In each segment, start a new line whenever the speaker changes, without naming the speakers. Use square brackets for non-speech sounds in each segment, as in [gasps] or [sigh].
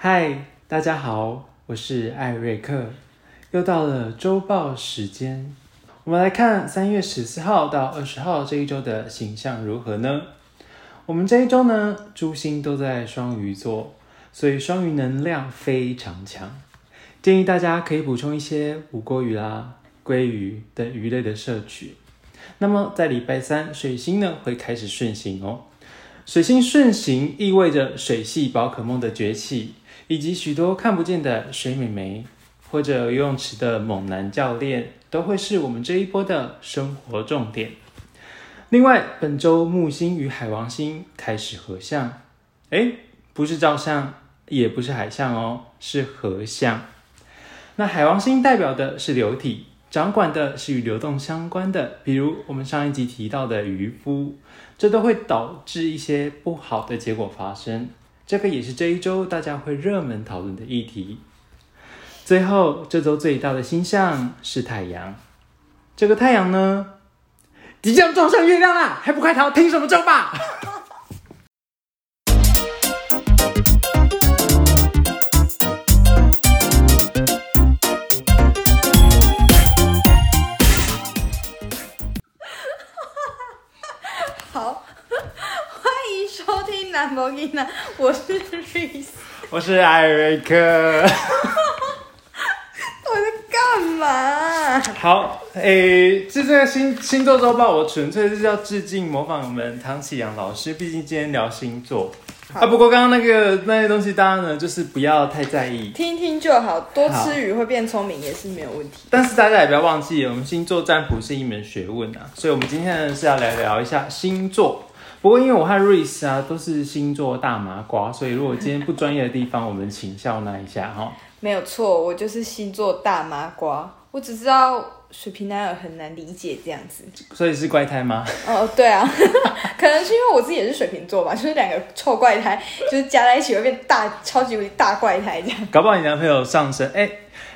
嗨，大家好，我是艾瑞克，又到了周报时间，我们来看三月十四号到二十号这一周的形象如何呢？我们这一周呢，诸星都在双鱼座，所以双鱼能量非常强，建议大家可以补充一些五锅鱼啦、鲑鱼等鱼类的摄取。那么在礼拜三，水星呢会开始顺行哦。水星顺行意味着水系宝可梦的崛起，以及许多看不见的水美眉或者游泳池的猛男教练，都会是我们这一波的生活重点。另外，本周木星与海王星开始合相，诶，不是照相，也不是海象哦，是合相。那海王星代表的是流体，掌管的是与流动相关的，比如我们上一集提到的渔夫，这都会导致一些不好的结果发生。这个也是这一周大家会热门讨论的议题。最后，这周最大的星象是太阳，这个太阳呢，即将撞上月亮啦，还不快逃，听什么咒吧？
好， [laughs] 欢迎收听《南博吉娜》，我是 Rice。
[laughs] 我是艾瑞克。
我在干嘛？
[laughs] 好，诶，这这个星星座周报，我纯粹是要致敬模仿我们唐启阳老师，毕竟今天聊星座啊。不过刚刚那个那些东西，大家呢就是不要太在意，
听听就好，多
好
吃鱼会变聪明也是没有问题。
但是大家也不要忘记，我们星座占卜是一门学问啊，所以我们今天呢是要来聊一下星座。不过因为我和瑞 i 啊都是星座大麻瓜，所以如果今天不专业的地方，我们请笑纳一下哈。
没有错，我就是星座大麻瓜，我只知道水瓶男友很难理解这样子。
所以是怪胎吗？ [laughs]
哦，对啊， [laughs] 可能是因为我自己也是水瓶座吧，就是两个臭怪胎，就是加在一起会变大，超级无敌大怪胎这样。
搞不好你男朋友上升，哎、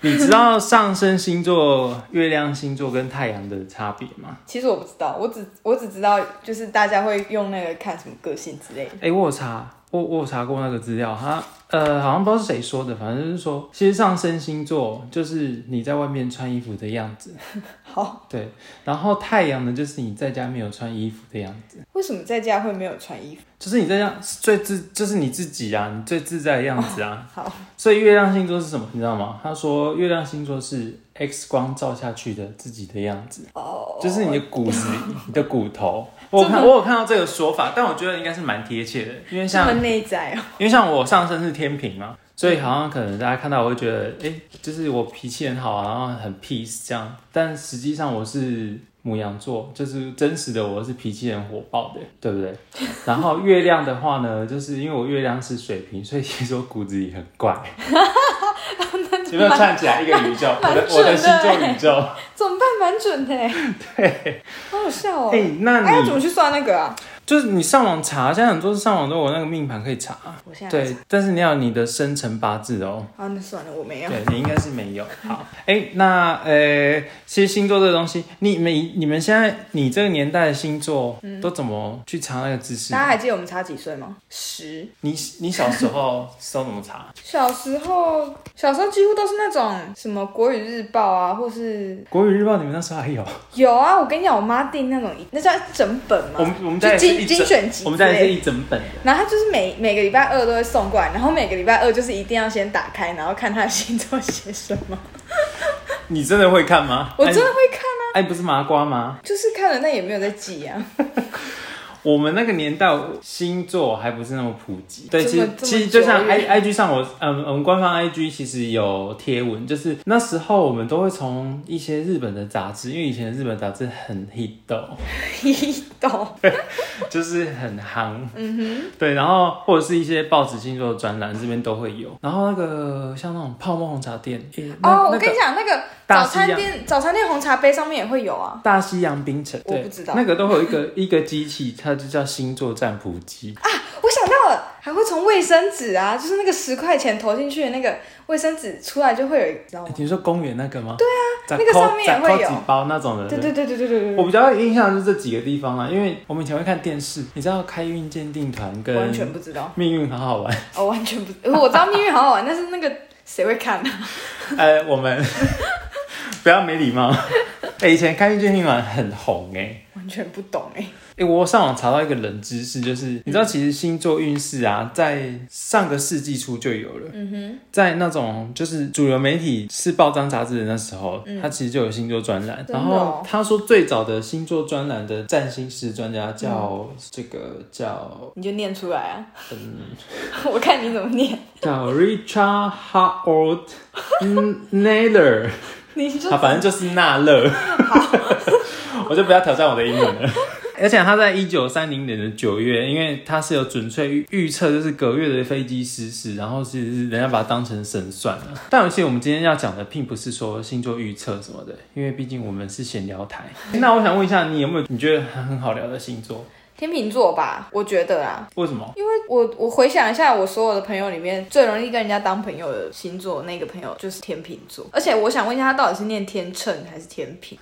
你知道上升星座、月亮星座跟太阳的差别吗？
其实我不知道，我只我只知道就是大家会用那个看什么个性之类的。
哎、我有查，我我有查过那个资料，他呃，好像不知道是谁说的，反正就是说，其实上升星座就是你在外面穿衣服的样子，
[laughs] 好，
对，然后太阳呢，就是你在家没有穿衣服的样子，
为什么在家会没有穿衣服？
就是你在家最自，就是你自己啊，你最自在的样子啊。
好，
所以月亮星座是什么？你知道吗？他说月亮星座是 X 光照下去的自己的样子。
哦，
就是你的骨子
[laughs]
里，你的骨头。我有看我有看到这个说法，但我觉得应该是蛮贴切的，因为
这么
像
内在哦。
因为像我上身是天平嘛，所以好像可能大家看到我会觉得，哎、就是我脾气很好啊，然后很 peace 这样，但实际上我是。母羊座就是真实的我是脾气很火爆的，对 [laughs] 不对？然后月亮的话呢，就是因为我月亮是水瓶，所以其实我骨子里很 [laughs] 怪。有没有串起来一个宇 [laughs] 宙？我的我的星座宇宙。 [laughs]
怎么办？蛮准的哎，对，好好笑哦。
哎、那你
哎，要怎么去算那个啊？
就是你上网查，现在很多上网都有那个命盘可以查，
我现在
啊对，但是你要有你的生辰八字哦，
啊，那算了，我没有。
对你应该是没有。好，哎、那呃，其实星座这个东西，你们你们现在你这个年代的星座、都怎么去查那个知识
嗯大？家还记得我们差几岁吗？十。
你你小时
[laughs]
候都怎么查？
小时候，小时候几乎都是那种什么国语日报啊，或是
国语日报你们那时候还有？
有啊。我跟你讲，我妈订那种一，那叫一整本嘛，
我们我们家
就
也是一
精精
整，
选集
我们
之
家也是
类的。
一整本的。
然后她就是每每个礼拜二都会送过来，然后每个礼拜二就是一定要先打开，然后看她的星座写什么。
你真的会看吗？
我
哎
真的会看啊，
哎，不是麻瓜吗？
就是看了，但也没有在记啊。
我们那个年代星座还不是那么普及，对，
这
其
么
实
这么
其实就像
久
I
远
I G 上我嗯我们官方 I G 其实有贴文，就是那时候我们都会从一些日本的杂志，因为以前的日本杂志很 hit 哦，
一懂。
就是很夯，嗯哼，对，然后或者是一些报纸星座的专栏这边都会有，然后那个像那种泡沫红茶店，诶那
哦，我
那
跟
个
你讲，那个
大
早
西洋
餐店早餐店红茶杯上面也会有啊。
大西洋冰城，
我
对
不知道
那个都会有一个一个机器，它就叫星座占卜机，
啊，我想到了，还会从卫生纸啊，就是那个十块钱投进去的那个卫生纸出来就会有一，知道吗？
哎你说公园那个吗？对啊
那个上面也会有
几包那种的。
对对对对对对
我
对
比较有印象的就是这几个地方啦，因为我们以前会看电视，你知道开运鉴定团
对，
跟
完全不知道，
命运好好玩， [laughs]
哦，完全不知，我知道命运好好玩，但是那个谁会看 [laughs] 呢、
呃，我们 [laughs] 不要没礼貌。 [laughs] 哎、以前开运鉴定团很红哎、
完全不懂哎、
哎、我上网查到一个冷知识，就是你知道，其实星座运势啊，在上个世纪初就有了。嗯哼，在那种就是主流媒体是报章杂志的那时候，它其实就有星座专栏。
嗯真的
然
哦
后他说最早的星座专栏的占星师专家叫
嗯
这个叫
你就念出来啊， [laughs] 我看你怎么念，
叫 Richard Howard Naylor，
你就
他反正就是纳勒。 [laughs] 我就不要挑战我的英文了。 [laughs] 而且他在一九三零年的九月，因为他是有准确预预测，就是隔月的飞机失事，然后其实是人家把它当成神算了。 [laughs] 但其实我们今天要讲的并不是说星座预测什么的，因为毕竟我们是闲聊台。 [laughs] 那我想问一下，你有没有你觉得很好聊的星座？
天秤座吧，我觉得啊啦，
为什么？
因为我我回想一下，我所有的朋友里面最容易跟人家当朋友的星座，那个朋友就是天秤座。而且我想问一下，他到底是念天秤还是天平？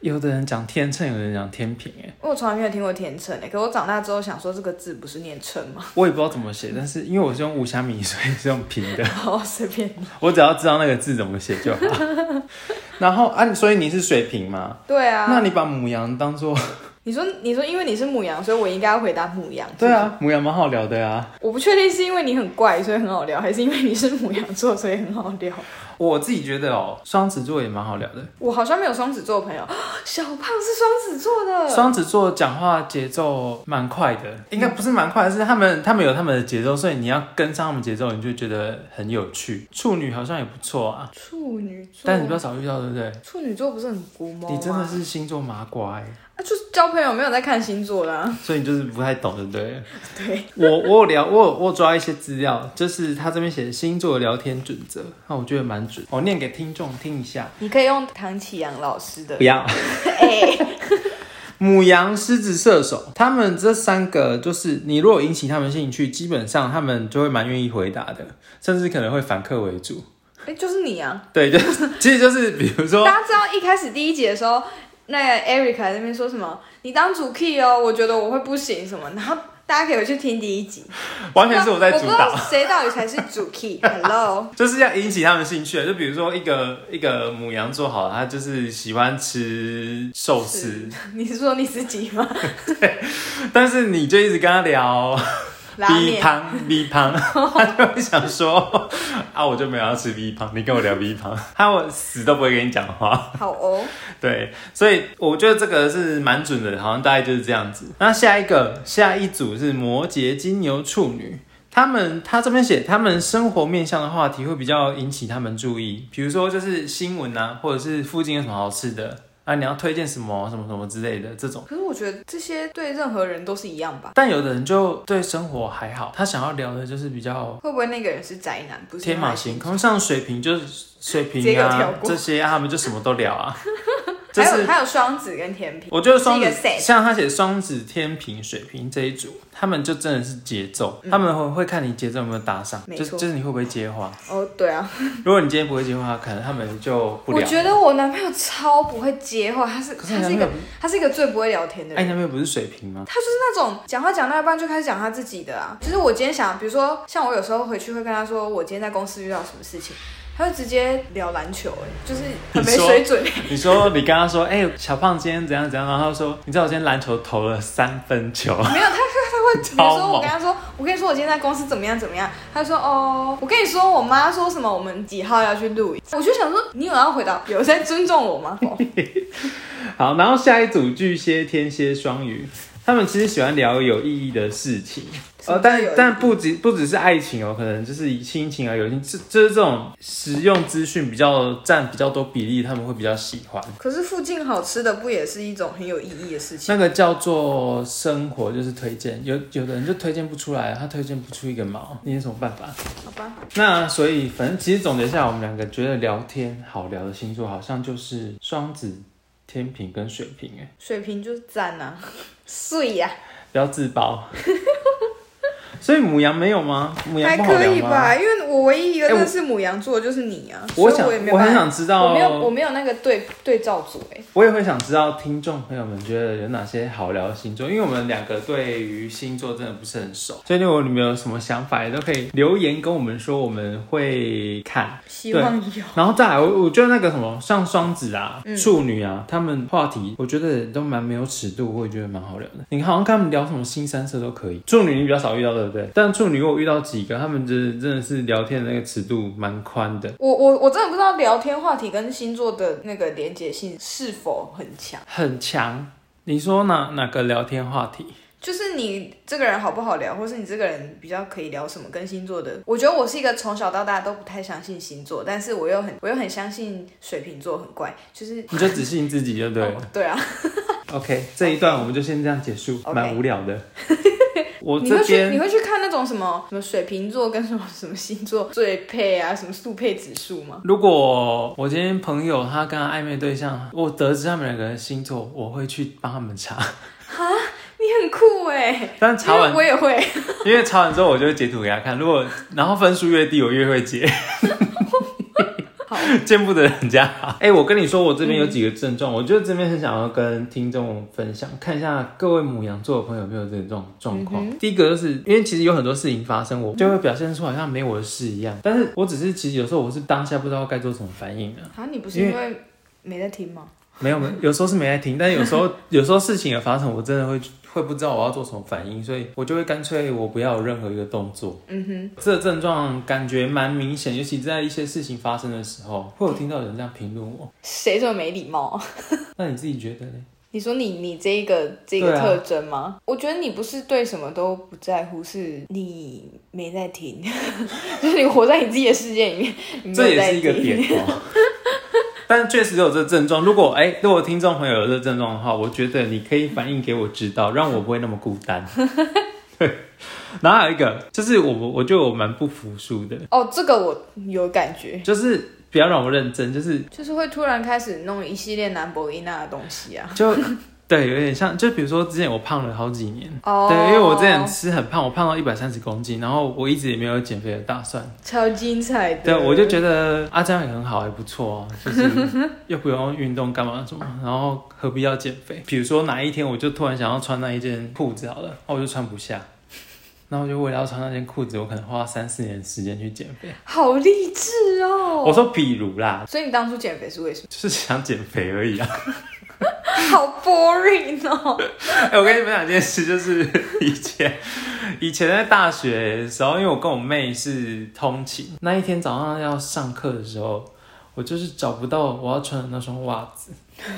有的人讲天秤，有的人讲天平，哎，
因为我从来没有听过天秤诶、可我长大之后想说这个字不是念秤吗？
我也不知道怎么写，但是因为我是用五虾米，所以是用平
[laughs]
的，
哦，随便你。
[laughs] 我只要知道那个字怎么写就
[laughs]
好。然后啊，所以你是水瓶吗？
对啊，
那你把母羊当
[laughs]
做
你说你说，因为你是母羊，所以我应该要回答母羊。
对啊，母羊蛮好聊的啊呀、
我不确定是因为你很怪，所以很好聊，还是因为你是母羊座，所以很好聊。
我自己觉得哦，双子座也蛮好聊的。
我好像没有双子座的朋友， [gasps] 小胖是双子座的。
双子座讲话节奏蛮快的，应该不是蛮快，是他们嗯他们有他们的节奏，所以你要跟上他们节奏，你就觉得很有趣。处女好像也不错啊，
处女座，
但是你比较少遇到，对不对？
处女座不是很孤猫吗？
你真的是星座麻瓜哎、
啊，就是交朋友没有在看星座啦、
[laughs] 所以你就是不太懂，对不对？
[laughs] 对，
我我有聊，我有我有抓一些资料，就是他这边写的星座聊天准则，那我觉得蛮准。我念给听众听一下，
你可以用唐启阳老师的
不。要。
[laughs] 哎、
[laughs] 母羊、狮子、射手，他们这三个就是你如果引起他们兴趣，基本上他们就会蛮愿意回答的，甚至可能会反客为主。
哎就是你啊！
对，就是 [laughs] 其实就是比如说，
大家知道一开始第一集的时候，那个 Eric 在那边说什么“你当主 key 哦，我觉得我会不行”什么， [laughs] 然后大家可以回去听第一
[laughs]
集。
完全是我在
我
主
不知道
导，
谁到底才是主 [laughs] key。Hello，
[laughs] 就是要引起他们兴趣。就比如说一个一个母羊做好了，他就是喜欢吃寿司，
你是说你自己
[laughs]
吗？
但是你就一直跟他聊
拉
B
面，
胖 B
[laughs]
胖，他就会想说啊，我就没有要吃 B 胖，你跟我聊 B 胖， [laughs] 他我死都不会跟你讲话。
好哦。
对，所以我觉得这个是蛮准的，好像大概就是这样子。那下一个，下一组是摩羯、金牛、处女。他们他这边写，他们生活面向的话题会比较引起他们注意，比如说就是新闻啊，或者是附近有什么好吃的啊，你要推荐什么什么什么之类的这种。
可是我觉得这些对任何人都是一样吧？
但有的人就对生活还好，他想要聊的就是比较
会不会那个人是宅男？不是
天马行空，像水瓶就是水
直接
瓶
给我跳
啊
过
这些啊，他们就什么都聊
[laughs]
啊。这
还
是
有还有双子跟天平，
我觉得双子
是一个 set
像他写双子、天平、水瓶这一组，他们就真的是节奏，他们会会看你节奏有没有搭上，
嗯没
就
错
就是你会不会接话。
哦，对啊，
如果你今天不会接话，可能他们就不
我
聊。
觉得我男朋友超不会接话，他是
可是
他是一
男
个他是一个最不会聊天的
哎，
人。
你男朋友不是水瓶吗？
他就是那种讲话讲到一半就开始讲他自己的啊，就是我今天想，比如说像我有时候回去会跟他说我今天在公司遇到什么事情，他会直接聊篮球、哎，就是很没
你说
水准、哎
你说你跟他说，哎、小胖今天怎样怎样，然后他说，你知道我今天篮球投了三分球，
[laughs] 没有，他他他会，比如
超
说我
猛
跟他说，我跟你说我今天在公司怎么样怎么样，他就说哦，我跟你说我妈说什么，我们几号要去露营，我就想说你有要回答，有在尊重我吗？
[laughs]
哦
好，然后下一组巨蟹、天蝎、双鱼，他们其实喜欢聊有意义的事情，
什
呃，
么叫
但
有意义
但不只不只是爱情哦，可能就是以亲情啊、友情，这就是这种实用资讯比较占比较多比例，他们会比较喜欢。
可是附近好吃的不也是一种很有意义的事情？
那个叫做生活，就是推荐，有有的人就推荐不出来，他推荐不出一个毛，你有什么办法？
好吧，
那所以，反正其实总结下来，我们两个觉得聊天好聊的星座好像就是双子、天平跟水瓶，哎，
水瓶就是赞呐、啊，碎呀、
不要自爆。 [laughs] 所以母羊没有吗？母羊
还
不好
可
聊
以
吗？
吧？因为我唯一一个
哎我
认识母羊座的就是你啊，
我
所以
想，
我也没有
很
办法
想知道，
我没有，我没有那个对对照组哎、
我也会想知道听众朋友们觉得有哪些好聊的星座，因为我们两个对于星座真的不是很熟，所以如果你们有什么想法，也都可以留言跟我们说，我们会看。
希望有。
然后再来，我我觉得那个什么，像双子啊、
嗯
处女啊，他们话题我觉得都蛮没有尺度，我也觉得蛮好聊的。你好像跟他们聊什么新三色都可以。处女你比较少遇到，对不对？但处女我遇到几个，他们就是真的是聊天的那个尺度蛮宽的，
[laughs] 我我我真的不知道聊天话题跟星座的那个连结性是否很强，
很强。你说哪哪个聊天话题？
就是你这个人好不好聊，或是你这个人比较可以聊什么跟星座的。我觉得我是一个从小到大都不太相信星座，但是我又很我又很相信水瓶座，很怪，就是
你就只信自己就对了。
[laughs] 哦对啊，
OK，这一段我们就先这样结束，
OK
蛮无聊
[laughs]
的。我
你
这
会去你
边
会去看那种什么什么水瓶座跟什么什么星座最配啊，什么速配指数吗？
如果我今天朋友他跟他暧昧对象，我得知他们两个的星座，我会去帮他们查。
你很酷哎、
但查完
因为，我也会。
[laughs] 因为查完之后我就会截图给他看。如果然后分数越低，我越会截。
好，
见不得人家好。哎、我跟你说，我这边有几个症状，我觉得这边很想要跟听众分享，看一下各位母羊座的朋友有没有这种状况。第一个就是因为其实有很多事情发生，我就会表现出好像没我的事一样，但是我只是其实有时候我是当下不知道该做什么反应啊。
啊，你不是因为没在听吗？
没有，没有有时候是没在听，但有时候 [laughs] 有时候事情的发生，我真的会会不知道我要做什么反应，所以我就会干脆我不要有任何一个动作。
嗯哼，
这症状感觉蛮明显，尤其在一些事情发生的时候，会有听到有人这样评论我。
谁这么没礼貌啊？
那你自己觉得呢？
你说你你这一个这个
对啊
特征吗？我觉得你不是对什么都不在乎，是你没在听， [laughs] 就是你活在你自己的世界里面，你
这
没有
也
在
是一个
听
点哦。但确实有这症状，如果哎、如果听众朋友有这症状的话，我觉得你可以反映给我知道，让我不会那么孤单。 [laughs] 对，然后还有一个就是我我觉得我蛮不服输的，
哦，这个我有感觉，
就是不要让我认真，就是 [laughs]
就是会突然开始弄一系列南博伊娜的东西啊。
就对，有点像，就比如说之前我胖了好几年。
哦，
对，因为我之前吃很胖，我胖到一百三十公斤，然后我一直也没有减肥的打算。
超精彩的，
对，我就觉得啊，这样也很好，还不错啊，就是又不用运动干嘛什么，然后何必要减肥？比如说哪一天我就突然想要穿那一件裤子好了，那我就穿不下，那我就为了要穿那件裤子，我可能花三四年的时间去减肥。
好励志哦。
我说比如啦，
所以你当初减肥是为什
就是想减肥而已啊。
么？ [laughs] 好 boring 哦。
[laughs] 哎、我跟你分享一件事，就是 [laughs] 以前以前在大学的时候，因为我跟我妹是通勤，那一天早上要上课的时候，我就是找不到我要穿的那双袜子， [laughs]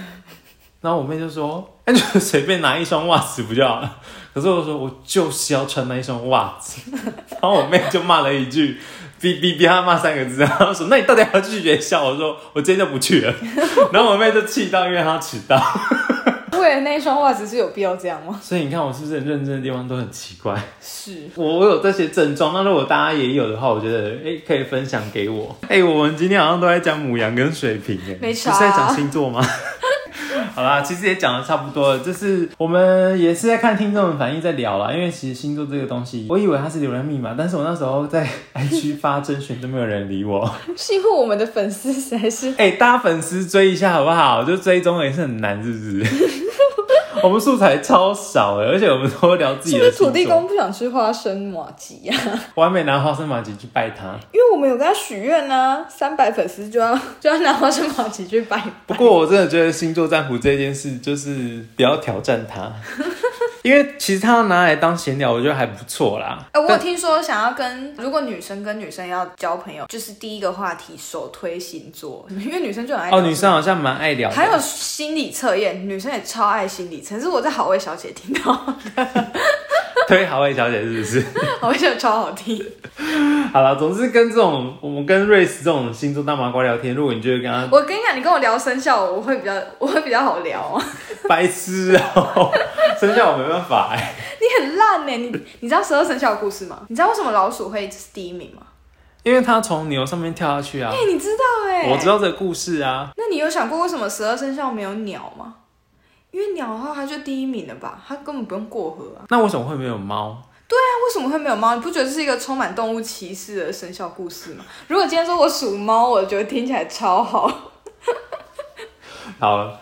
然后我妹就说：“ [laughs] 那、就随便拿一双袜子不就好了？”可是我说我就是要穿那一双袜子， [laughs] 然后我妹就骂了一句。哔哔哔，她骂三个字，然后说：“那你到底要不要去学校？”我说：“我今天就不去了。” [laughs] 然后我妹就气到，因为她迟到。
为了那一双袜子是有必要这样吗？
所以你看，我是不是很认真的地方都很奇怪？ [laughs]
是，
我我有这些症状，那如果大家也有的话，我觉得哎、诶可以分享给我。 [laughs] 哎、我们今天好像都在讲母羊跟水瓶，哎，
没
不
差啊
是在讲星座吗？ [laughs] 好啦，其实也讲的差不多了，就是我们也是在看听众的反应在聊啦，因为其实星座这个东西，我以为它是流量密码，但是我那时候在 [laughs] IG 发征询都没有人理我。 [laughs]
是因为我们的粉丝实在是
哎、大家粉丝追一下好不好？就追踪也是很难，是不是？ [laughs] 我们素材超少的，而且我们都聊自己
是不
的
是
星座。
土地公不想吃花生麻吉呀、 [laughs]
我还没拿花生玛吉去拜他。
因为我们有跟他许愿呢，三百粉丝就要 [laughs] 就要拿花生麻吉去拜
不过我真的觉得星座占卜这件事，就是不要挑战 [laughs] 它，因为其实它要拿来当闲聊，我觉得还不错啦。
哎、我有听说想要跟，如果女生跟女生要交朋友，就是第一个话题首推星座，因为女生就很爱
哦，
聊
女生好像蛮爱聊的。[laughs]
还有心理测验，女生也超爱心理测，是我在好味小姐听到， [laughs]
推好位小姐是不是？
好味小姐超好听。
好了，总之跟这种我们跟瑞斯这种星座大麻瓜聊天，如果你觉得跟他
我跟你讲，你跟我聊生肖，我会比较 [laughs] 我会比较好聊、
白痴哦、 [laughs] 生肖我没办法哎、
你很烂欸呢，你你知道十二生肖的故事吗？你知道为什么老鼠会是第一名吗？
因为他从牛上面跳下去啊
哎、。你知道哎、
我知。道这个故事啊，
那你有想过为什么十二生肖没有鸟吗？因为鸟的话，它就第一名了吧，它根本不用过河啊。啊
那为什么会没有猫？
为什么会没有猫？你不觉得这是一个充满动物歧视的生肖故事吗？如果今天说我属猫，我觉得听起来超好。
好了，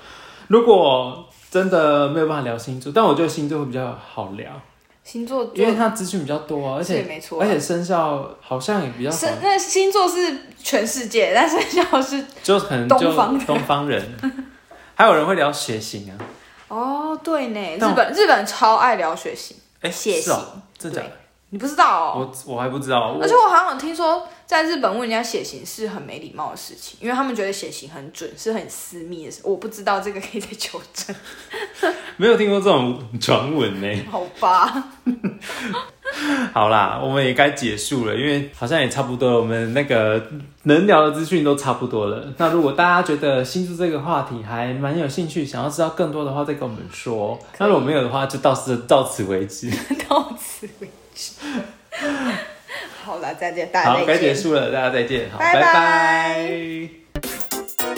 如果真的没有办法聊星座，但我觉得星座会比较好聊，
星座就
因为它资讯比较多啊，而
是也
且
没错啊
而且生肖好像也比较少
是，那星座是全世界， [laughs] 但生肖是
就可能就
东方人
东方人，
[laughs]
还有人会聊血型啊，
哦，对呢，
但
日本日本超爱聊血型，
哎、
血
是哦，真假的？
你不知道哦。
我我还不知道，我
而且我好像有听说，在日本问人家血型是很没礼貌的事情，因为他们觉得血型很准，是很私密的事。我不知道这个可以再求证，
没有听过这种传闻呢。
好吧？
[laughs] 好啦，我们也该结束了，因为好像也差不多了，我们那个能聊的资讯都差不多了。那如果大家觉得星座这个话题还蛮有兴趣，想要知道更多的话，再跟我们说。那如果没有的话，就到此到此为止。
到此为止。 [laughs] 好了，再见，大家
好，
再
该
见
结。束了，大家再见，好，
拜拜
拜拜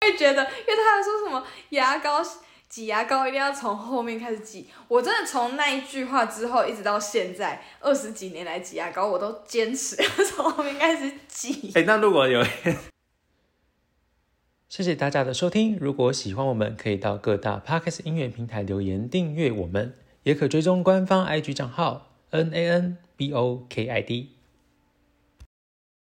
会觉得，因为他还说什么牙膏挤牙膏一定要从后面开始挤，我真的从那一句话之后一直到现在二十几年来挤牙膏，我都坚持要从后面开始挤。
哎、那如果有， [laughs] 谢谢大家的收听。如果喜欢我们，可以到各大 Podcast 音乐平台留言订阅我们，也可追踪官方 IG 账号 N A N B O K I D。